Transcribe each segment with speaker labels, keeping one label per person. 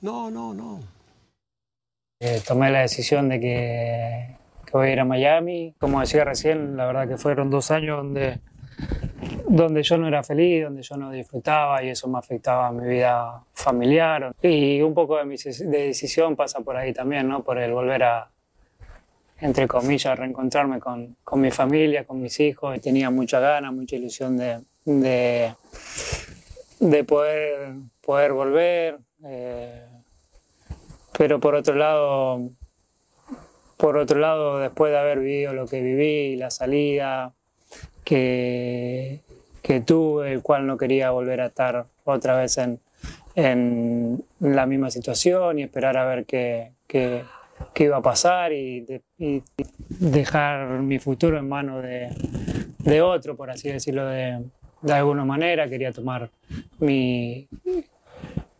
Speaker 1: No, no, no.
Speaker 2: Eh, tomé la decisión de que, que voy a ir a Miami. Como decía recién, la verdad que fueron dos años donde, donde yo no era feliz, donde yo no disfrutaba y eso me afectaba a mi vida familiar. Y un poco de mi ces- de decisión pasa por ahí también, ¿no? Por el volver a, entre comillas, reencontrarme con, con mi familia, con mis hijos. Y tenía mucha ganas, mucha ilusión de, de, de poder, poder volver. eh, pero por otro lado, por otro lado, después de haber vivido lo que viví, la salida que, que tuve, el cual no quería volver a estar otra vez en, en la misma situación y esperar a ver qué, qué- qué iba a pasar y, de- y dejar mi futuro en manos de, de otro, por así decirlo, de, de alguna manera. Quería tomar mi,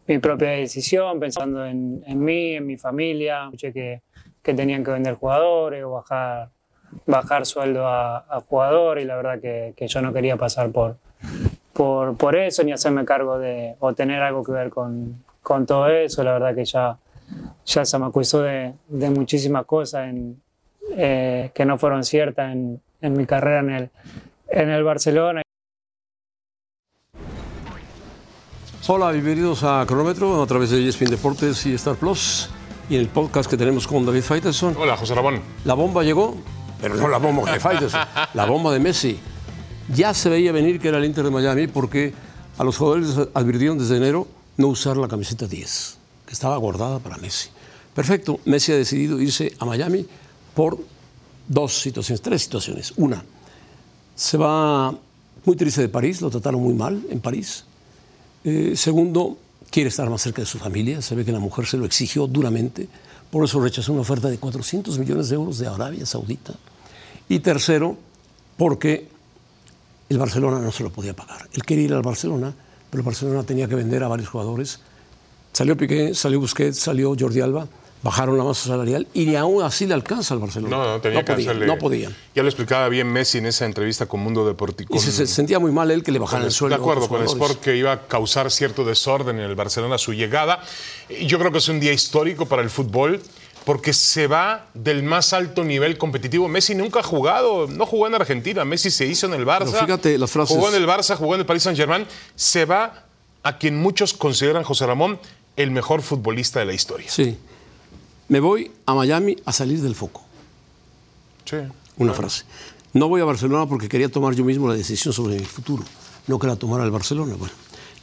Speaker 2: mi propia decisión, pensando en, en mí, en mi familia. Escuché que, que tenían que vender jugadores o bajar, bajar sueldo a, a jugador y la verdad que, que yo no quería pasar por, por, por eso ni hacerme cargo de o tener algo que ver con, con todo eso. La verdad que ya, ya se me acusó de, de muchísimas cosas en- eh, que no fueron ciertas en, en mi carrera en el, en el Barcelona.
Speaker 1: Hola, bienvenidos a Cronómetro a través de E ESPN Deportes y Star Plus y en el podcast que tenemos con David Faitelson.
Speaker 3: Hola, José Ramón.
Speaker 1: La bomba llegó, pero no la bomba de Faitelson, la bomba de Messi. Ya se veía venir que era el Inter de Miami porque a los jugadores les advirtieron desde enero no usar la camiseta 10, que estaba guardada para Messi. Perfecto, Messi ha decidido irse a Miami por dos situaciones, tres situaciones. Una, se va muy triste de París, lo trataron muy mal en París. Eh, segundo, quiere estar más cerca de su familia, se ve que la mujer se lo exigió duramente, por eso rechazó una oferta de 400 millones de euros de Arabia Saudita. Y tercero, porque el Barcelona no se lo podía pagar. Él quería ir al Barcelona, pero el Barcelona tenía que vender a varios jugadores. Salió Piqué, salió Busquets, salió Jordi Alba, bajaron la masa salarial y ni aún así le alcanza al Barcelona.
Speaker 3: No, no, tenía que
Speaker 1: podían,
Speaker 3: hacerle-
Speaker 1: No podían.
Speaker 3: Ya lo explicaba bien Messi en esa entrevista con Mundo Deportivo.
Speaker 1: Y se, se sentía muy mal él que le bajaran el
Speaker 3: de
Speaker 1: sueldo. a
Speaker 3: acuerdo
Speaker 1: otros
Speaker 3: con el
Speaker 1: jugadores.
Speaker 3: Sport que iba a causar cierto desorden en el Barcelona su llegada. Y Yo creo que es un día histórico para el fútbol porque se va del más alto nivel competitivo. Messi nunca ha jugado, no jugó en Argentina, Messi se hizo en el Barça.
Speaker 1: Pero fíjate las frases.
Speaker 3: Jugó en el Barça, jugó en el Paris Saint-Germain, se va a quien muchos consideran José Ramón el mejor futbolista de la historia.
Speaker 1: Sí. Me voy a Miami a salir del foco.
Speaker 3: Sí.
Speaker 1: Una frase. No voy a Barcelona porque quería tomar yo mismo la decisión sobre mi futuro. No quería tomar al Barcelona. Bueno,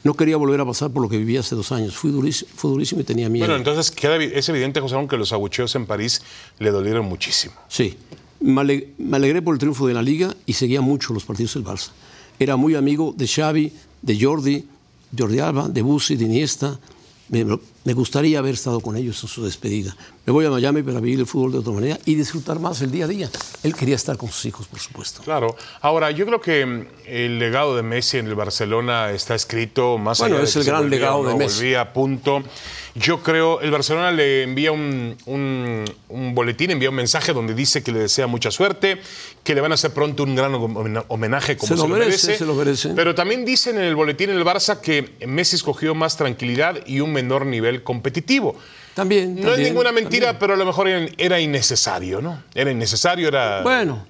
Speaker 1: no quería volver a pasar por lo que viví hace dos años. Fui durísimo, fue durísimo y tenía miedo.
Speaker 3: Bueno, entonces queda evi- es evidente, José Ramón, que los abucheos en París le dolieron muchísimo.
Speaker 1: Sí. Me, ale- me alegré por el triunfo de la Liga y seguía mucho los partidos del Barça. Era muy amigo de Xavi, de Jordi, Jordi Alba, de Busi, de Iniesta. Me, me gustaría haber estado con ellos en su despedida. Me voy a Miami para vivir el fútbol de otra manera y disfrutar más el día a día. Él quería estar con sus hijos, por supuesto.
Speaker 3: Claro. Ahora, yo creo que mm, el legado de Messi en el Barcelona está escrito más
Speaker 1: Bueno,
Speaker 3: allá de
Speaker 1: es
Speaker 3: que
Speaker 1: el
Speaker 3: se
Speaker 1: gran
Speaker 3: volvía
Speaker 1: legado
Speaker 3: o no
Speaker 1: de Messi.
Speaker 3: volvía a punto. Yo creo, el Barcelona le envía un, un- un boletín, envía un mensaje donde dice que le desea mucha suerte, que le van a hacer pronto un gran homena- homenaje como
Speaker 1: Se
Speaker 3: se,
Speaker 1: lo merece, se lo merece.
Speaker 3: Pero también dicen en el boletín en el Barça que Messi escogió más tranquilidad y un menor nivel competitivo.
Speaker 1: También.
Speaker 3: No es
Speaker 1: también,
Speaker 3: ninguna mentira,
Speaker 1: también.
Speaker 3: pero a lo mejor era- era innecesario, ¿no? Era innecesario, era...
Speaker 1: Bueno,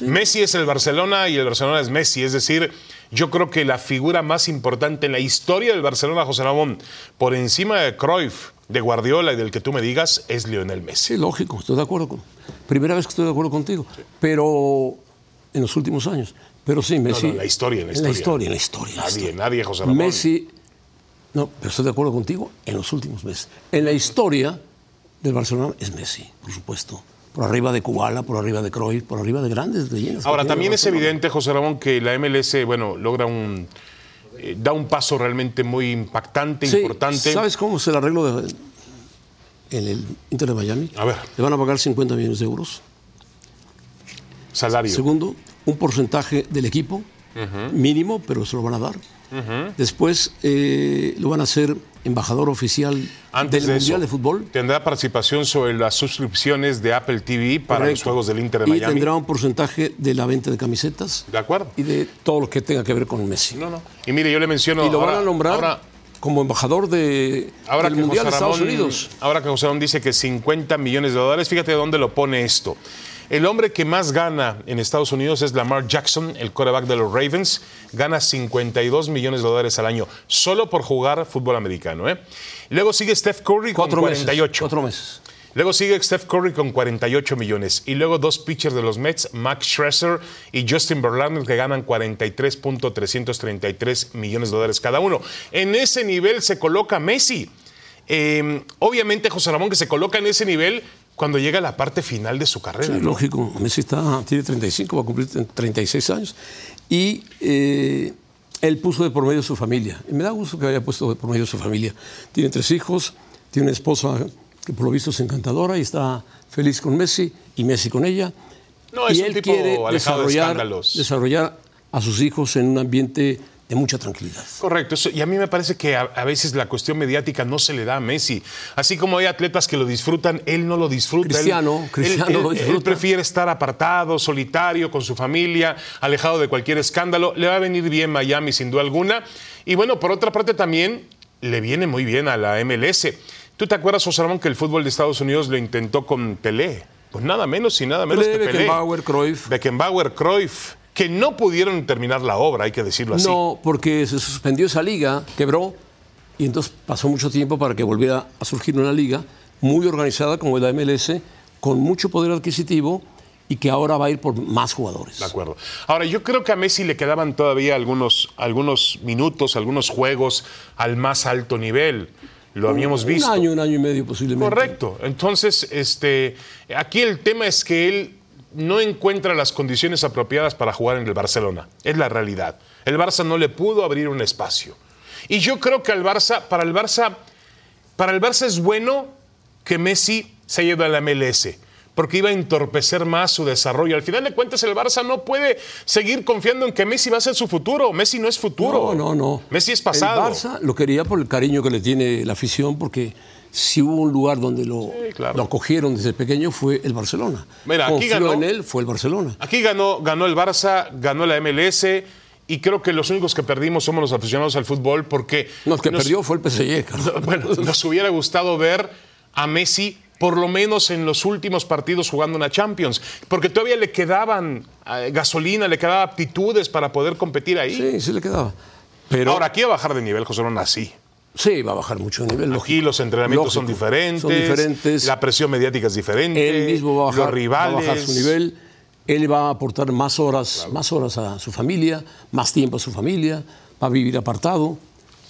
Speaker 3: Messi es el Barcelona y el Barcelona es Messi. Es decir, yo creo que la figura más importante en la historia del Barcelona, José Ramón, por encima de Cruyff, de Guardiola y del que tú me digas, es Lionel Messi.
Speaker 1: sí, lógico, estoy de acuerdo. Con, primera vez que estoy de acuerdo contigo. Pero en los últimos años. Pero sí, Messi.
Speaker 3: no, la historia, la
Speaker 1: En la
Speaker 3: historia.
Speaker 1: historia, en la historia. en la
Speaker 3: Nadie,
Speaker 1: historia.
Speaker 3: nadie, José Ramón.
Speaker 1: Messi. No, pero estoy de acuerdo contigo en los últimos meses. En la historia del Barcelona es Messi, por supuesto. Por arriba de Kubala, por arriba de Cruyff, por arriba de grandes leyendas. que
Speaker 3: Ahora,
Speaker 1: tiene el
Speaker 3: también es
Speaker 1: Barcelona.
Speaker 3: evidente, José Ramón, que la MLS, bueno, logra un. eh, da un paso realmente muy impactante,
Speaker 1: Sí,
Speaker 3: importante.
Speaker 1: ¿Sabes cómo es el arreglo de, en el Inter de Miami?
Speaker 3: A ver.
Speaker 1: Le van a pagar 50 millones de euros.
Speaker 3: Salario.
Speaker 1: Segundo, un porcentaje del equipo, mínimo, pero se lo van a dar. Después eh, lo van a hacer embajador oficial
Speaker 3: Antes
Speaker 1: del
Speaker 3: de
Speaker 1: Mundial
Speaker 3: eso,
Speaker 1: de Fútbol.
Speaker 3: Tendrá participación sobre las suscripciones de Apple TV para los
Speaker 1: Correcto.
Speaker 3: juegos del Inter de Miami.
Speaker 1: Y tendrá un porcentaje de la venta de camisetas
Speaker 3: ¿De acuerdo?
Speaker 1: y de todo lo que tenga que ver con Messi.
Speaker 3: No, no. Y mire, yo le menciono.
Speaker 1: Y lo van
Speaker 3: ahora-
Speaker 1: a nombrar
Speaker 3: ahora-
Speaker 1: como embajador de,
Speaker 3: Ahora
Speaker 1: del
Speaker 3: que
Speaker 1: Mundial de
Speaker 3: José
Speaker 1: Estados
Speaker 3: Ramón-
Speaker 1: Unidos.
Speaker 3: Ahora que José Ramón dice que 50 millones de dólares, fíjate dónde lo pone esto. El hombre que más gana en Estados Unidos es Lamar Jackson, el quarterback de los Ravens. Gana 52 millones de dólares al año, solo por jugar fútbol americano. ¿eh? Luego sigue Steph Curry
Speaker 1: Cuatro
Speaker 3: con
Speaker 1: meses.
Speaker 3: 48.
Speaker 1: Cuatro meses.
Speaker 3: Luego sigue Steph Curry con 48 millones. Y luego dos pitchers de los Mets, Max Scherzer y Justin Verlander, que ganan 43.333 millones de dólares cada uno. En ese nivel se coloca Messi. Eh, obviamente, José Ramón, que se coloca en ese nivel cuando llega a la parte final de su carrera.
Speaker 1: Sí, lógico, Messi está, tiene 35, va a cumplir 36 años. Y eh, él puso de por medio su familia. Y me da gusto que haya puesto de por medio su familia. Tiene tres hijos, tiene una esposa que por lo visto es encantadora y está feliz con Messi y Messi con ella.
Speaker 3: No,
Speaker 1: y
Speaker 3: es un
Speaker 1: él
Speaker 3: tipo
Speaker 1: quiere
Speaker 3: alejado de
Speaker 1: desarrollar,
Speaker 3: escándalos.
Speaker 1: desarrollar a sus hijos en un ambiente de mucha tranquilidad.
Speaker 3: Correcto, eso- y a mí me parece que a, a veces la cuestión mediática no se le da a Messi. Así como hay atletas que lo disfrutan, él no lo disfruta. Él-
Speaker 1: Cristiano,
Speaker 3: él-
Speaker 1: Cristiano
Speaker 3: él-
Speaker 1: lo
Speaker 3: él
Speaker 1: disfruta.
Speaker 3: prefiere estar apartado, solitario, con su familia, alejado de cualquier escándalo. Le va a venir bien Miami, sin duda alguna. Y bueno, por otra parte también le viene muy bien a la MLS. ¿Tú te acuerdas, José Ramón, que el fútbol de Estados Unidos lo intentó con Pelé? Pues nada menos y nada menos
Speaker 1: Pelé,
Speaker 3: que Pelé.
Speaker 1: Beckenbauer, Cruyff.
Speaker 3: Beckenbauer, Cruyff, que no pudieron terminar la obra, hay que decirlo así.
Speaker 1: No, porque se suspendió esa liga, quebró, y entonces pasó mucho tiempo para que volviera a surgir una liga muy organizada como la MLS, con mucho poder adquisitivo y que ahora va a ir por más jugadores.
Speaker 3: De acuerdo. Ahora, yo creo que a Messi le quedaban todavía algunos, algunos minutos, algunos juegos al más alto nivel. Lo habíamos visto.
Speaker 1: Un año, un año y medio posiblemente.
Speaker 3: Correcto. Entonces, este, aquí el tema es que él no encuentra las condiciones apropiadas para jugar en el Barcelona. Es la realidad. El Barça no le pudo abrir un espacio. Y yo creo que al Barça, para el Barça, para el Barça es bueno que Messi se haya ido a la MLS. Porque iba a entorpecer más su desarrollo. Al final de cuentas, el Barça no puede seguir confiando en que Messi va a ser su futuro. Messi no es futuro.
Speaker 1: No, no, no.
Speaker 3: Messi es pasado.
Speaker 1: El Barça lo quería por el cariño que le tiene la afición, porque si hubo un lugar donde lo,
Speaker 3: Sí, claro.
Speaker 1: lo acogieron desde pequeño fue el Barcelona.
Speaker 3: Mira, aquí
Speaker 1: Confió
Speaker 3: ganó-
Speaker 1: en él, fue el Barcelona.
Speaker 3: Aquí ganó, ganó el Barça, ganó la MLS y creo que los únicos que perdimos somos los aficionados al fútbol porque
Speaker 1: No, el que
Speaker 3: nos-
Speaker 1: perdió fue el PSG. Carlos.
Speaker 3: bueno, nos hubiera gustado ver a Messi por lo menos en los últimos partidos jugando una Champions, porque todavía le quedaban eh, gasolina, le quedaban aptitudes para poder competir ahí.
Speaker 1: Sí, sí le quedaba. Pero
Speaker 3: Ahora aquí va a bajar de nivel José Ramón así.
Speaker 1: Sí, va a bajar mucho de nivel.
Speaker 3: Aquí los entrenamientos son
Speaker 1: Lógico.
Speaker 3: diferentes,
Speaker 1: Son diferentes.
Speaker 3: la presión mediática es diferente,
Speaker 1: Él mismo va a bajar,
Speaker 3: los rivales,
Speaker 1: va a bajar su nivel. Él va a aportar más horas, más horas a su familia, más tiempo a su familia, va a vivir apartado.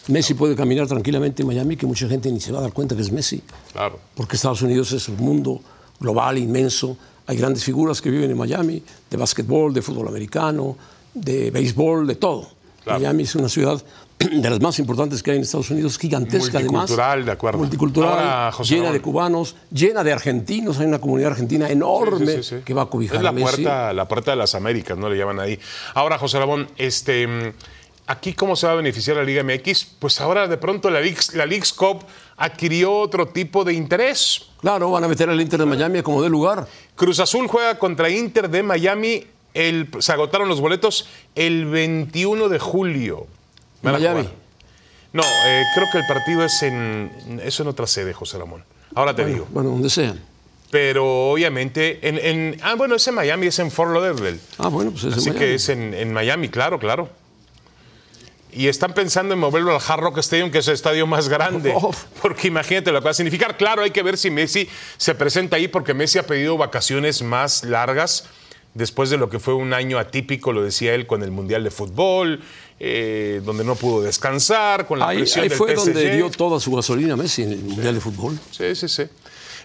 Speaker 1: Messi puede caminar tranquilamente en Miami, que mucha gente ni se va a dar cuenta que es Messi,
Speaker 3: Claro.
Speaker 1: porque Estados Unidos es un mundo global, inmenso. Hay grandes figuras que viven en Miami, de básquetbol, de fútbol americano, de béisbol, de todo.
Speaker 3: Claro.
Speaker 1: Miami es una ciudad de las más importantes que hay en Estados Unidos, gigantesca además.
Speaker 3: Multicultural, de acuerdo.
Speaker 1: Multicultural,
Speaker 3: Ahora, José
Speaker 1: llena
Speaker 3: Ramón.
Speaker 1: de cubanos, llena de argentinos. Hay una comunidad argentina enorme
Speaker 3: Sí, sí, sí, sí.
Speaker 1: que va a cobijar
Speaker 3: Es la
Speaker 1: a Messi.
Speaker 3: puerta, la puerta de las Américas, ¿no? Le llaman ahí. Ahora, José Ramón, este. mm, ¿Aquí cómo se va a beneficiar la Liga MX? Pues ahora de pronto la Leagues, la Leagues Cup adquirió otro tipo de interés.
Speaker 1: Claro, van a meter al Inter de Miami como de lugar.
Speaker 3: Cruz Azul juega contra Inter de Miami. El, se agotaron los boletos el 21 de julio. Van a
Speaker 1: Miami.
Speaker 3: jugar. No, eh, creo que el partido es en, eso en otra sede, José Ramón. Ahora te digo.
Speaker 1: Bueno, donde sea.
Speaker 3: Pero obviamente, en, en- ah, bueno, es en Miami, es en Fort Lauderdale.
Speaker 1: Ah, bueno, pues es en
Speaker 3: Así
Speaker 1: Miami.
Speaker 3: que es en, en Miami, claro, claro. Y están pensando en moverlo al Hard Rock Stadium, que es el estadio más grande.
Speaker 1: Oh.
Speaker 3: Porque imagínate lo que va a significar. Claro, hay que ver si Messi se presenta ahí, porque Messi ha pedido vacaciones más largas después de lo que fue un año atípico, lo decía él, con el Mundial de Fútbol, eh, donde no pudo descansar, con la
Speaker 1: Ahí,
Speaker 3: presión
Speaker 1: ahí
Speaker 3: del
Speaker 1: fue donde
Speaker 3: PSG.
Speaker 1: dio toda su gasolina Messi en el Mundial de Fútbol.
Speaker 3: Sí, sí, sí.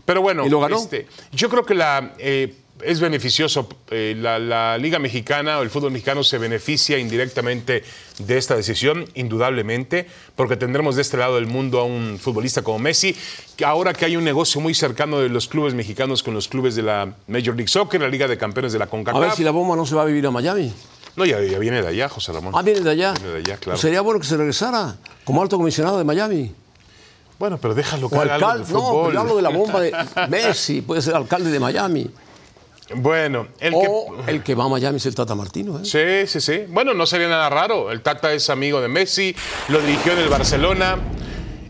Speaker 3: Pero bueno,
Speaker 1: ¿Y lo ganó?
Speaker 3: este, yo creo que la, eh, es beneficioso. eh, la, la Liga Mexicana o el fútbol mexicano se beneficia indirectamente de esta decisión, indudablemente, porque tendremos de este lado del mundo a un futbolista como Messi. que Ahora que hay un negocio muy cercano de los clubes mexicanos con los clubes de la Major League Soccer, la Liga de Campeones de la
Speaker 1: A
Speaker 3: CONCACAF.
Speaker 1: ver si la bomba no se va a vivir a Miami.
Speaker 3: No, ya, ya viene de allá, José Ramón.
Speaker 1: Ah, viene de allá.
Speaker 3: Viene de allá, claro.
Speaker 1: Pues sería bueno que se regresara como alto comisionado de Miami.
Speaker 3: Bueno, pero déjalo que
Speaker 1: O
Speaker 3: haga algo de
Speaker 1: alcalde. No,
Speaker 3: fútbol.
Speaker 1: pero yo hablo de la bomba de Messi, puede ser alcalde de Miami.
Speaker 3: Bueno, el
Speaker 1: o
Speaker 3: que.
Speaker 1: el que va a Miami es el Tata Martino. ¿eh?
Speaker 3: Sí, sí, sí. Bueno, no sería nada raro. El Tata es amigo de Messi, lo dirigió en el Barcelona,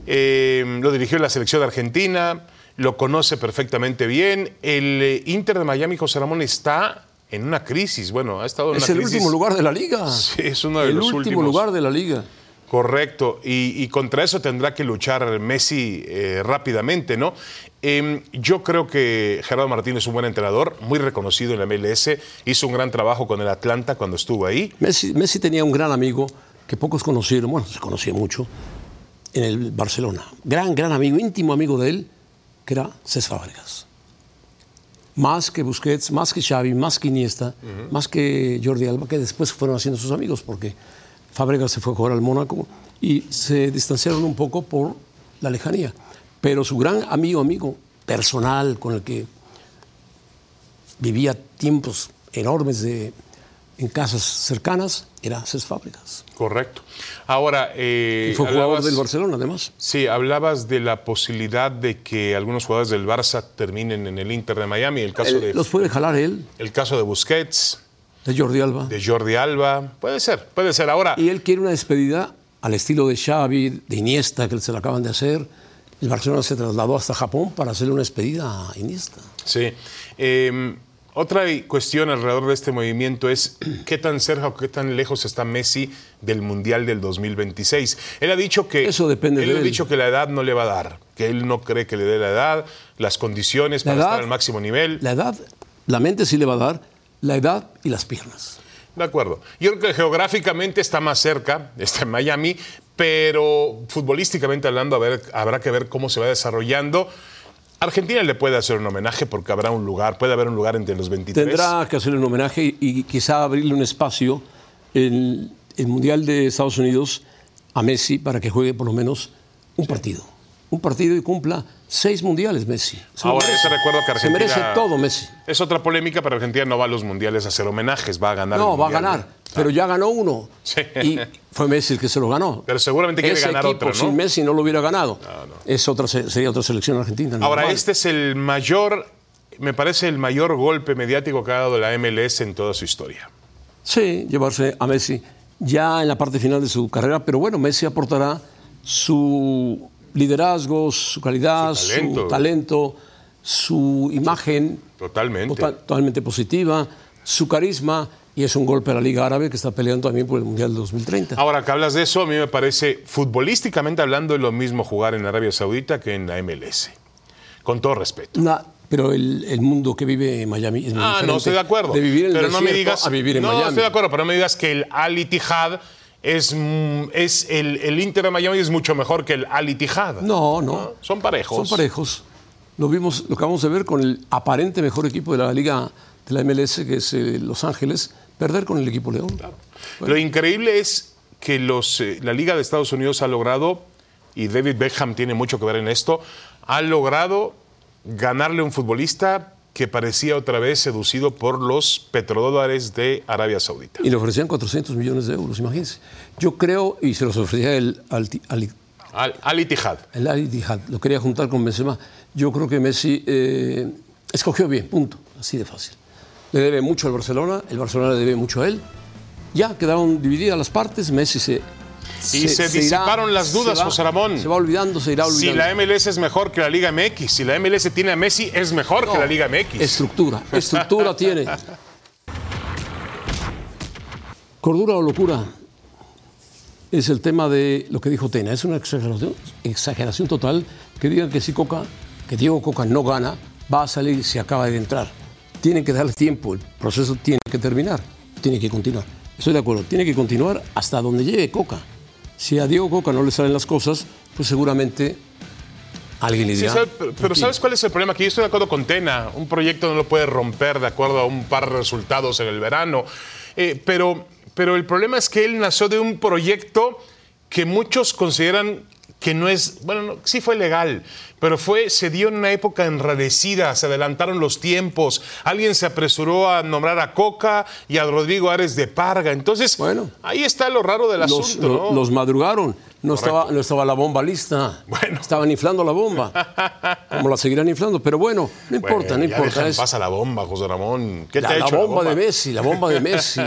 Speaker 3: eh, lo dirigió en la selección de Argentina, lo conoce perfectamente bien. El eh, Inter de Miami, José Ramón, está en una crisis. Bueno, ha estado en
Speaker 1: Es
Speaker 3: una
Speaker 1: el
Speaker 3: crisis.
Speaker 1: último lugar de la liga.
Speaker 3: Sí, es uno de
Speaker 1: el
Speaker 3: los
Speaker 1: último
Speaker 3: últimos.
Speaker 1: lugar de la liga.
Speaker 3: Correcto, y, y contra eso tendrá que luchar Messi eh, rápidamente, ¿no? Em, yo creo que Gerardo Martínez es un buen entrenador, muy reconocido en la MLS, hizo un gran trabajo con el Atlanta cuando estuvo ahí.
Speaker 1: Messi, Messi tenía un gran amigo que pocos conocieron, bueno, se conocía mucho, en el Barcelona. Gran, gran amigo, íntimo amigo de él, que era César Fábregas. Más que Busquets, más que Xavi, más que Iniesta, más que Jordi Alba, que después fueron haciendo sus amigos, porque Fábregas se fue a jugar al Mónaco y se distanciaron un poco por la lejanía. Pero su gran amigo, amigo personal, con el que vivía tiempos enormes de, en casas cercanas, era Cés Fábregas.
Speaker 3: Correcto. Ahora, eh,
Speaker 1: Y fue jugador
Speaker 3: hablabas-
Speaker 1: del Barcelona, además.
Speaker 3: Sí, hablabas de la posibilidad de que algunos jugadores del Barça terminen en el Inter de Miami, el caso, de,
Speaker 1: Los puede jalar él,
Speaker 3: el caso de Busquets,
Speaker 1: de Jordi Alba.
Speaker 3: de Jordi Alba, puede ser, puede ser. Ahora,
Speaker 1: Y él quiere una despedida al estilo de Xavi, de Iniesta, que se la acaban de hacer. El Barcelona se trasladó hasta Japón para hacerle una despedida a Iniesta.
Speaker 3: Sí. Eh, otra cuestión alrededor de este movimiento es qué tan cerca o qué tan lejos está Messi del Mundial del 2026. Él ha dicho que
Speaker 1: Eso depende
Speaker 3: él
Speaker 1: de
Speaker 3: ha
Speaker 1: él.
Speaker 3: dicho que la edad no le va a dar, que él no cree que le dé la edad, las condiciones
Speaker 1: La
Speaker 3: para estar
Speaker 1: edad-
Speaker 3: al máximo nivel.
Speaker 1: La edad, la mente sí le va a dar, la edad y las piernas.
Speaker 3: De acuerdo. Yo creo que geográficamente está más cerca, está en Miami, pero futbolísticamente hablando, a ver, habrá que ver cómo se va desarrollando. Argentina le puede hacer un homenaje porque habrá un lugar, puede haber un lugar entre los 23.
Speaker 1: Tendrá que hacerle un homenaje y, y quizá abrirle un espacio en el Mundial de Estados Unidos a Messi para que juegue por lo menos un partido. Un partido y cumpla seis mundiales, Messi. Se lo
Speaker 3: Ahora, Ah, yo
Speaker 1: merece.
Speaker 3: te recuerdo que
Speaker 1: Se
Speaker 3: Argentina.
Speaker 1: merece todo, Messi.
Speaker 3: Es otra polémica, pero Argentina no va a los mundiales a hacer homenajes, va a ganar.
Speaker 1: No,
Speaker 3: el
Speaker 1: va a
Speaker 3: mundial,
Speaker 1: ganar,
Speaker 3: ¿no?
Speaker 1: pero ya ganó uno.
Speaker 3: Sí.
Speaker 1: Y fue Messi el que se lo ganó.
Speaker 3: Pero seguramente quiere
Speaker 1: Ese
Speaker 3: ganar
Speaker 1: equipo,
Speaker 3: otro, ¿no?
Speaker 1: Sin Messi no lo hubiera ganado. Es otra, se- sería otra selección argentina.
Speaker 3: Ahora,
Speaker 1: normal.
Speaker 3: este es el mayor, me parece el mayor golpe mediático que ha dado la MLS en toda su historia.
Speaker 1: Sí, llevarse a Messi ya en la parte final de su carrera, pero bueno, Messi aportará su liderazgo, su calidad,
Speaker 3: Su
Speaker 1: su
Speaker 3: talento.
Speaker 1: talento, su, imagen
Speaker 3: Totalmente.
Speaker 1: tota- totalmente positiva, su carisma, y es un golpe a la Liga Árabe que está peleando también por el Mundial 2030.
Speaker 3: Ahora que hablas de eso, a mí me parece, futbolísticamente hablando, es lo mismo jugar en Arabia Saudita que en la MLS. Con todo respeto.
Speaker 1: Na- pero el, el mundo que vive Miami es muy
Speaker 3: Ah, no,
Speaker 1: diferente
Speaker 3: estoy de acuerdo.
Speaker 1: De vivir en el
Speaker 3: pero no me
Speaker 1: desierto
Speaker 3: digas,
Speaker 1: a vivir en
Speaker 3: no,
Speaker 1: Miami.
Speaker 3: estoy de acuerdo, pero no me digas que el Al Ittihad es, mm, es el, el Inter de Miami es mucho mejor que el Al Ittihad.
Speaker 1: No, no.
Speaker 3: Son parejos.
Speaker 1: Son parejos. Lo vimos, lo acabamos de ver con el aparente mejor equipo de la liga de la MLS, que es eh, Los Ángeles, perder con el equipo León.
Speaker 3: Lo increíble es que los, eh, la Liga de Estados Unidos ha logrado, y David Beckham tiene mucho que ver en esto, ha logrado ganarle a un futbolista que parecía otra vez seducido por los petrodólares de Arabia Saudita.
Speaker 1: Y le ofrecían 400 millones de euros, imagínense. Yo creo, y se los ofrecía el, al, al-
Speaker 3: Al, Al Ittihad.
Speaker 1: el Al Ittihad, lo quería juntar con Benzema. Yo creo que Messi eh, escogió bien, punto. Así de fácil. Le debe mucho al Barcelona, el Barcelona le debe mucho a él. Ya quedaron divididas las partes, Messi se...
Speaker 3: Y se disiparon las dudas,
Speaker 1: se va-
Speaker 3: José Ramón.
Speaker 1: Se va olvidando, se irá olvidando.
Speaker 3: Si la MLS es mejor que la Liga MX, si la MLS tiene a Messi, es mejor que la Liga MX.
Speaker 1: Estructura, estructura tiene. Cordura o locura es el tema de lo que dijo Tena. Es una exageración, exageración total que digan que si Coca, que Diego Coca no gana, va a salir si acaba de entrar. Tienen que darle tiempo, el proceso tiene que terminar, tiene que continuar. Estoy de acuerdo, tiene que continuar hasta donde llegue Coca. Si a Diego Coca no le salen las cosas, pues seguramente alguien le
Speaker 3: Sí,
Speaker 1: dirá.
Speaker 3: sabe- pero, pero ¿sabes cuál es el problema? Que yo estoy de acuerdo con Tena. Un proyecto no lo puede romper de acuerdo a un par de resultados en el verano. Eh, pero, pero el problema es que él nació de un proyecto que muchos consideran que no es, bueno, no, sí fue legal, pero fue, se dio en una época enrarecida, se adelantaron los tiempos, alguien se apresuró a nombrar a Coca y a Rodrigo Ares de Parga, entonces
Speaker 1: Bueno.
Speaker 3: ahí está lo raro del
Speaker 1: los,
Speaker 3: asunto,
Speaker 1: lo-
Speaker 3: ¿no?
Speaker 1: los madrugaron. No estaba, no estaba la bomba lista.
Speaker 3: Bueno.
Speaker 1: Estaban inflando la bomba. Como la seguirán inflando. Pero bueno, no importa, no
Speaker 3: Bueno, ya
Speaker 1: importa.
Speaker 3: dejan
Speaker 1: Es
Speaker 3: Pasa la bomba, José Ramón. ¿Qué
Speaker 1: la,
Speaker 3: te ha
Speaker 1: la
Speaker 3: hecho
Speaker 1: bomba de Messi, la bomba de Messi.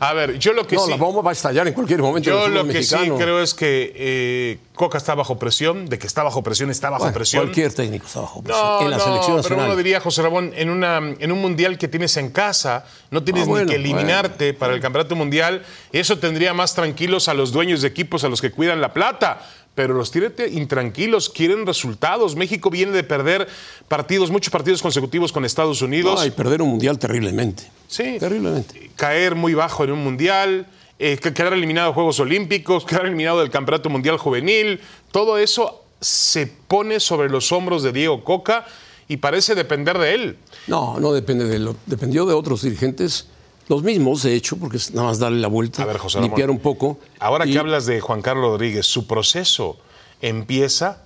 Speaker 3: A ver, yo lo que
Speaker 1: No,
Speaker 3: sí.
Speaker 1: la bomba va a estallar en cualquier momento. en
Speaker 3: Yo
Speaker 1: el
Speaker 3: lo
Speaker 1: fútbol
Speaker 3: que
Speaker 1: mexicano.
Speaker 3: sí creo es que eh, Coca está bajo presión, de que está bajo presión, está bajo
Speaker 1: Bueno,
Speaker 3: presión.
Speaker 1: Cualquier técnico está bajo presión.
Speaker 3: No,
Speaker 1: en la
Speaker 3: no,
Speaker 1: selección
Speaker 3: pero
Speaker 1: nacional.
Speaker 3: uno diría, José Ramón, en, una, en un mundial que tienes en casa, no tienes
Speaker 1: Ah, bueno,
Speaker 3: ni que eliminarte para el campeonato mundial, eso tendría más tranquilos a los dueños de equipos, a los que cuidan la plata. Pero los tiene te- intranquilos, quieren resultados. México viene de perder partidos, muchos partidos consecutivos con Estados Unidos.
Speaker 1: No, y perder un mundial terriblemente.
Speaker 3: Sí.
Speaker 1: Terriblemente.
Speaker 3: caer muy bajo en un mundial, eh, que- quedar eliminado de Juegos Olímpicos, quedar eliminado del Campeonato Mundial Juvenil, todo eso se pone sobre los hombros de Diego Coca y parece depender de él.
Speaker 1: No, no depende de lo. Dependió de otros dirigentes. Los mismos, de hecho, porque es nada más darle la vuelta,
Speaker 3: A ver, José Ramón.
Speaker 1: limpiar un poco.
Speaker 3: Ahora
Speaker 1: y-
Speaker 3: que hablas de Juan Carlos Rodríguez, su proceso empieza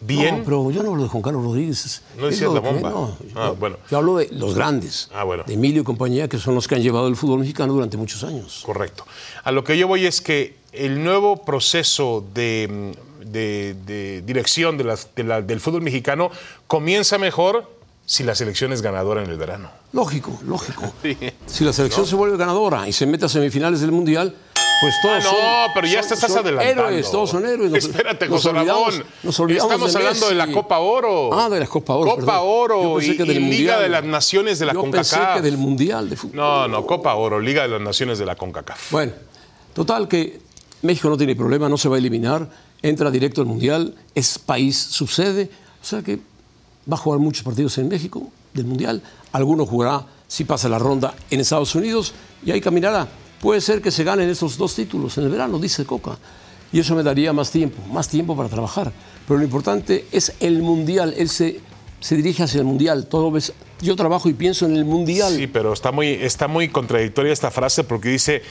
Speaker 3: bien.
Speaker 1: No, pero yo no hablo de Juan Carlos Rodríguez. es-
Speaker 3: No
Speaker 1: es
Speaker 3: decías
Speaker 1: lo
Speaker 3: la
Speaker 1: que-
Speaker 3: bomba.
Speaker 1: no, yo-
Speaker 3: Ah, bueno.
Speaker 1: Yo hablo de los grandes.
Speaker 3: Ah, bueno.
Speaker 1: De Emilio y compañía, que son los que han llevado el fútbol mexicano durante muchos años.
Speaker 3: Correcto. A lo que yo voy es que el nuevo proceso de, de- de dirección de las- de la- del fútbol mexicano comienza mejor si la selección es ganadora en el verano.
Speaker 1: Lógico, lógico. Si la selección se vuelve ganadora y se mete a semifinales del Mundial, pues
Speaker 3: Ah,
Speaker 1: todos
Speaker 3: no,
Speaker 1: son-
Speaker 3: pero ya
Speaker 1: son-
Speaker 3: te estás
Speaker 1: son
Speaker 3: adelantando.
Speaker 1: Héroes, todos son héroes. Nos-
Speaker 3: Espérate,
Speaker 1: nos
Speaker 3: José
Speaker 1: olvidamos-
Speaker 3: Ramón.
Speaker 1: nos olvidamos
Speaker 3: Estamos hablando de la
Speaker 1: Messi.
Speaker 3: Copa Oro.
Speaker 1: Ah, de la Copa Oro.
Speaker 3: Copa
Speaker 1: perdón.
Speaker 3: Oro
Speaker 1: Yo pensé
Speaker 3: y-
Speaker 1: que del
Speaker 3: y Liga
Speaker 1: Mundial.
Speaker 3: de las Naciones de la
Speaker 1: Yo
Speaker 3: CONCACAF.
Speaker 1: Pensé que del Mundial de fútbol.
Speaker 3: No, no, Copa Oro, Liga de las Naciones de la CONCACAF.
Speaker 1: Bueno, total que México no tiene problema, no se va a eliminar, entra directo al Mundial, es país, sucede, o sea que va a jugar muchos partidos en México del Mundial, alguno jugará si pasa la ronda en Estados Unidos y ahí caminará. Puede ser que se ganen esos dos títulos en el verano, dice Coca. Y eso me daría más tiempo, más tiempo para trabajar. Pero lo importante es el Mundial, él se, se dirige hacia el Mundial. Todo ves- yo trabajo y pienso en el Mundial.
Speaker 3: Sí, pero está muy, está muy contradictoria esta frase porque dice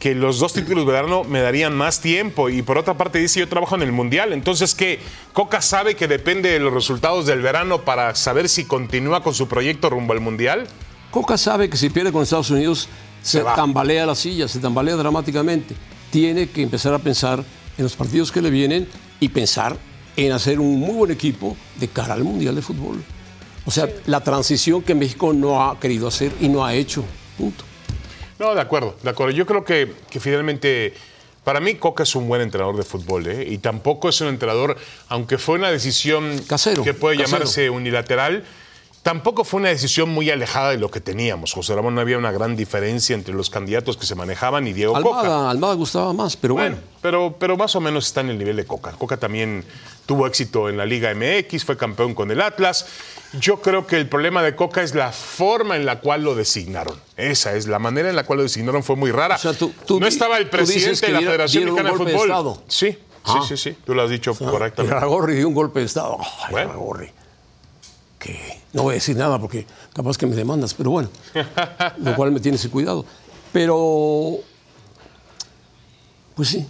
Speaker 3: que los dos títulos de verano me darían más tiempo y por otra parte dice yo trabajo en el mundial. Entonces, ¿qué? ¿Coca sabe que depende de los resultados del verano para saber si continúa con su proyecto rumbo al mundial?
Speaker 1: Coca sabe que si pierde con Estados Unidos se,
Speaker 3: va.
Speaker 1: tambalea la silla, se tambalea dramáticamente. Tiene que empezar a pensar en los partidos que le vienen y pensar en hacer un muy buen equipo de cara al Mundial de Fútbol. O sea, la transición que México no ha querido hacer y no ha hecho. Punto.
Speaker 3: No, de acuerdo, de acuerdo. Yo creo que, que finalmente, para mí, Coca es un buen entrenador de fútbol, ¿eh? Y tampoco es un entrenador, aunque fue una decisión
Speaker 1: Casero,
Speaker 3: que puede
Speaker 1: casero.
Speaker 3: llamarse unilateral, tampoco fue una decisión muy alejada de lo que teníamos. José Ramón, no había una gran diferencia entre los candidatos que se manejaban y Diego Coca.
Speaker 1: Almada, Almada gustaba más, pero bueno.
Speaker 3: Bueno, pero, pero más o menos está en el nivel de Coca. Coca también tuvo éxito en la Liga MX, fue campeón con el Atlas. Yo creo que el problema de Coca es la forma en la cual lo designaron. Esa es la manera en la cual lo designaron fue muy rara.
Speaker 1: O sea, tú- tú
Speaker 3: no
Speaker 1: di-
Speaker 3: estaba el
Speaker 1: tú dices
Speaker 3: presidente
Speaker 1: que
Speaker 3: de la
Speaker 1: dieron-
Speaker 3: Federación
Speaker 1: dieron un
Speaker 3: Mexicana de
Speaker 1: golpe de
Speaker 3: Fútbol.
Speaker 1: Estado.
Speaker 3: Sí,
Speaker 1: Ah.
Speaker 3: sí, sí, sí. Tú lo has dicho correctamente.
Speaker 1: Iragorri dio un golpe Ah, de Estado. Ay,
Speaker 3: Bueno.
Speaker 1: Iragorri. Que no voy a decir nada porque capaz que me demandas, pero bueno. lo cual me tienes cuidado. Pero, pues sí.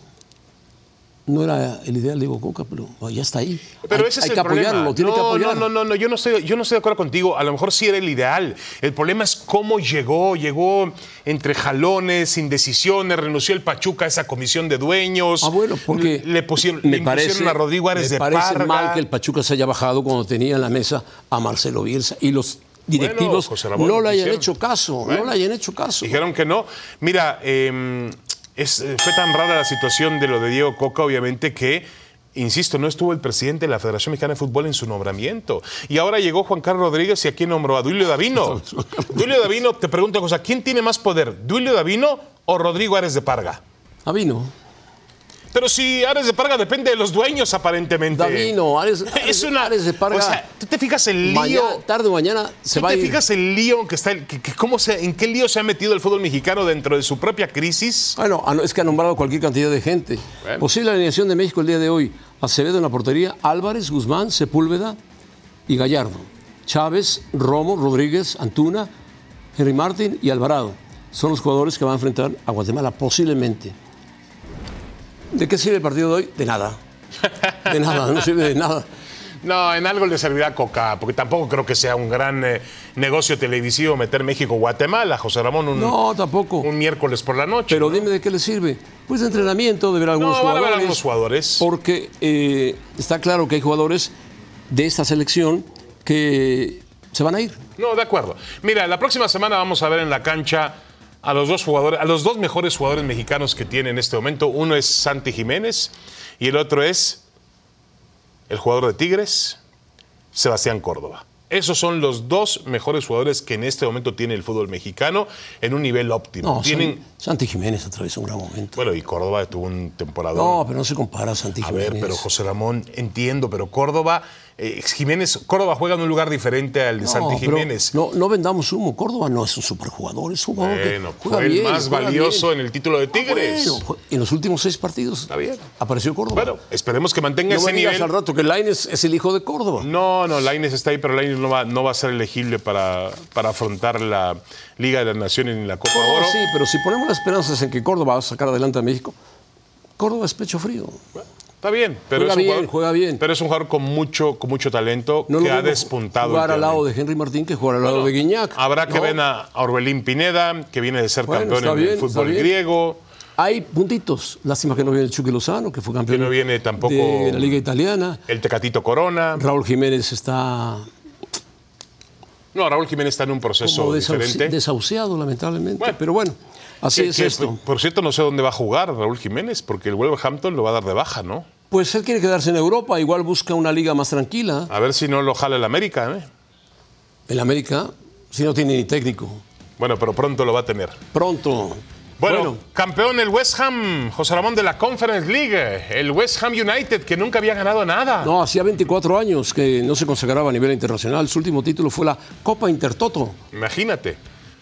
Speaker 1: No era el ideal de Diego Coca, pero ya está ahí.
Speaker 3: Pero
Speaker 1: hay,
Speaker 3: ese
Speaker 1: hay
Speaker 3: es el
Speaker 1: que apoyarlo,
Speaker 3: problema.
Speaker 1: tiene
Speaker 3: no,
Speaker 1: que apoyarlo.
Speaker 3: No, no, no, no, yo no estoy, yo no estoy de acuerdo contigo. A lo mejor sí era el ideal. El problema es cómo llegó. Llegó entre jalones, indecisiones, renunció el Pachuca a esa comisión de dueños.
Speaker 1: Ah, bueno, porque
Speaker 3: le pusieron, le impusieron a Rodrigo Ares
Speaker 1: me
Speaker 3: de
Speaker 1: parece
Speaker 3: Parga.
Speaker 1: mal que el Pachuca se haya bajado cuando tenía en la mesa a Marcelo Bielsa y los directivos
Speaker 3: José Ramón,
Speaker 1: no le hayan
Speaker 3: hicieron.
Speaker 1: hecho caso,
Speaker 3: Bueno.
Speaker 1: no le hayan hecho caso.
Speaker 3: Dijeron que no. Mira, eh, es- eh, fue tan rara la situación de lo de Diego Coca, obviamente, que, insisto, no estuvo el presidente de la Federación Mexicana de Fútbol en su nombramiento. Y ahora llegó Juan Carlos Rodríguez y aquí nombró a Duilio Davino. Duilio Davino, te pregunto una cosa, ¿quién tiene más poder, Duilio Davino o Rodrigo Ares de Parga?
Speaker 1: Davino,
Speaker 3: Pero si Ares de Parga depende de los dueños, aparentemente.
Speaker 1: Davino, Ares,
Speaker 3: Es una.
Speaker 1: Ares de Parga.
Speaker 3: O sea, tú te fijas el lío.
Speaker 1: mañana, tarde o mañana se
Speaker 3: ¿Tú
Speaker 1: va a
Speaker 3: te
Speaker 1: ir.
Speaker 3: fijas el lío que está, que- que cómo se- en qué lío se ha metido el fútbol mexicano dentro de su propia crisis?
Speaker 1: Bueno, ah, no, es que ha nombrado cualquier cantidad de gente.
Speaker 3: Bueno.
Speaker 1: Posible alineación de México el día de hoy. Acevedo en la portería, Álvarez, Guzmán, Sepúlveda y Gallardo. Chávez, Romo, Rodríguez, Antuna, Henry Martín y Alvarado. Son los jugadores que van a enfrentar a Guatemala posiblemente. ¿De qué sirve el partido de hoy? De nada. De nada, no sirve de nada.
Speaker 3: No, en algo le servirá Coca, porque tampoco creo que sea un gran eh, negocio televisivo meter México-Guatemala, José Ramón, un,
Speaker 1: No, tampoco.
Speaker 3: un miércoles por la noche.
Speaker 1: Pero dime de qué le sirve. Pues de entrenamiento, de ver algunos
Speaker 3: No, van a ver
Speaker 1: jugadores.
Speaker 3: algunos jugadores.
Speaker 1: Porque eh, está claro que hay jugadores de esta selección que se van a ir.
Speaker 3: No, de acuerdo. Mira, la próxima semana vamos a ver en la cancha a los dos jugadores, a los dos mejores jugadores mexicanos que tiene en este momento. Uno es Santi Jiménez y el otro es el jugador de Tigres, Sebastián Córdoba. Esos son los dos mejores jugadores que en este momento tiene el fútbol mexicano en un nivel óptimo.
Speaker 1: No,
Speaker 3: Tienen,
Speaker 1: San- Santi Jiménez atravesó un gran momento.
Speaker 3: bueno, y Córdoba tuvo un temporada.
Speaker 1: No, pero no se compara a Santi
Speaker 3: A
Speaker 1: Jiménez.
Speaker 3: ver, pero José Ramón, entiendo, pero Córdoba, eh, Jiménez, Córdoba juega en un lugar diferente al de
Speaker 1: No,
Speaker 3: Santi
Speaker 1: pero
Speaker 3: Jiménez.
Speaker 1: No, no vendamos humo. Córdoba no es un superjugador, es un jugador
Speaker 3: Bueno,
Speaker 1: que juega
Speaker 3: fue el
Speaker 1: bien,
Speaker 3: más
Speaker 1: juega
Speaker 3: valioso
Speaker 1: bien. Ah,
Speaker 3: en el título de Tigres.
Speaker 1: Bueno, jue- en los últimos seis partidos
Speaker 3: Está bien.
Speaker 1: apareció Córdoba.
Speaker 3: Bueno, esperemos que mantenga
Speaker 1: no
Speaker 3: ese
Speaker 1: me digas
Speaker 3: nivel.
Speaker 1: al rato que Lainez es el hijo de Córdoba.
Speaker 3: No, no, Laines está ahí, pero Laines no va, no va a ser elegible para, para afrontar la Liga de las Naciones ni la Copa de Oro.
Speaker 1: Sí, pero si ponemos las esperanzas en que Córdoba va a sacar adelante a México, Córdoba es pecho frío.
Speaker 3: Está bien, pero
Speaker 1: Juega
Speaker 3: es un
Speaker 1: bien,
Speaker 3: jugador,
Speaker 1: juega bien.
Speaker 3: Pero es un jugador con mucho, con mucho talento
Speaker 1: No
Speaker 3: que
Speaker 1: lo
Speaker 3: ha
Speaker 1: vemos
Speaker 3: despuntado.
Speaker 1: Jugar al
Speaker 3: últimamente.
Speaker 1: lado de Henry Martín que jugar al lado de Guiñac.
Speaker 3: Habrá que
Speaker 1: No,
Speaker 3: ver a a Orbelín Pineda, que viene de ser
Speaker 1: Bueno,
Speaker 3: campeón
Speaker 1: está
Speaker 3: en el
Speaker 1: bien, está
Speaker 3: fútbol
Speaker 1: bien.
Speaker 3: griego.
Speaker 1: Hay puntitos. Lástima que no viene el Chucky Lozano, que fue campeón
Speaker 3: Que no viene tampoco-
Speaker 1: de la Liga Italiana.
Speaker 3: El Tecatito Corona.
Speaker 1: Raúl Jiménez está
Speaker 3: No, Raúl Jiménez está en un proceso
Speaker 1: como desahuci-
Speaker 3: diferente.
Speaker 1: desahuciado, lamentablemente.
Speaker 3: Bueno.
Speaker 1: Pero bueno, así
Speaker 3: Que-
Speaker 1: es
Speaker 3: que,
Speaker 1: esto.
Speaker 3: Por cierto, no sé dónde va a jugar Raúl Jiménez, porque el Wolverhampton lo va a dar de baja, ¿no?
Speaker 1: Pues él quiere quedarse en Europa, igual busca una liga más tranquila.
Speaker 3: A ver si no lo jala el América, ¿eh?
Speaker 1: El América, si no tiene ni técnico.
Speaker 3: Bueno, pero pronto lo va a tener.
Speaker 1: Pronto.
Speaker 3: Bueno, campeón el West Ham, José Ramón de la Conference League, el West Ham United que nunca había ganado nada.
Speaker 1: No, hacía 24 años que no se consagraba a nivel internacional. Su último título fue la Copa Intertoto
Speaker 3: Imagínate.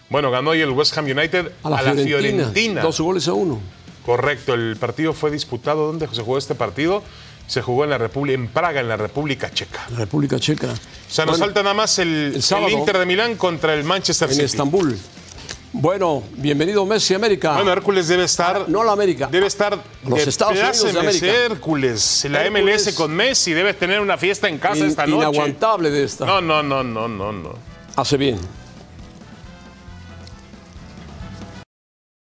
Speaker 3: Bueno, ganó hoy el West Ham United
Speaker 1: a la, Fiorentina. Dos goles a uno.
Speaker 3: Correcto, el partido fue disputado. ¿Dónde se jugó este partido? Se jugó en la República, en Praga, en la República Checa.
Speaker 1: La República Checa.
Speaker 3: O sea, nos
Speaker 1: Bueno,
Speaker 3: falta nada más el, el
Speaker 1: sábado-
Speaker 3: Inter de Milán contra el Manchester
Speaker 1: En
Speaker 3: City.
Speaker 1: Estambul. Bueno, bienvenido Messi América.
Speaker 3: Bueno, Hércules debe estar.
Speaker 1: Ah, no la América.
Speaker 3: Debe estar.
Speaker 1: Los Estados Unidos de
Speaker 3: plácemes,
Speaker 1: América.
Speaker 3: Hércules. La
Speaker 1: Hércules.
Speaker 3: MLS con Messi. Debes tener una fiesta en casa
Speaker 1: In-
Speaker 3: esta noche.
Speaker 1: Inaguantable de esta.
Speaker 3: No, no, no, no, no, no.
Speaker 1: Hace bien.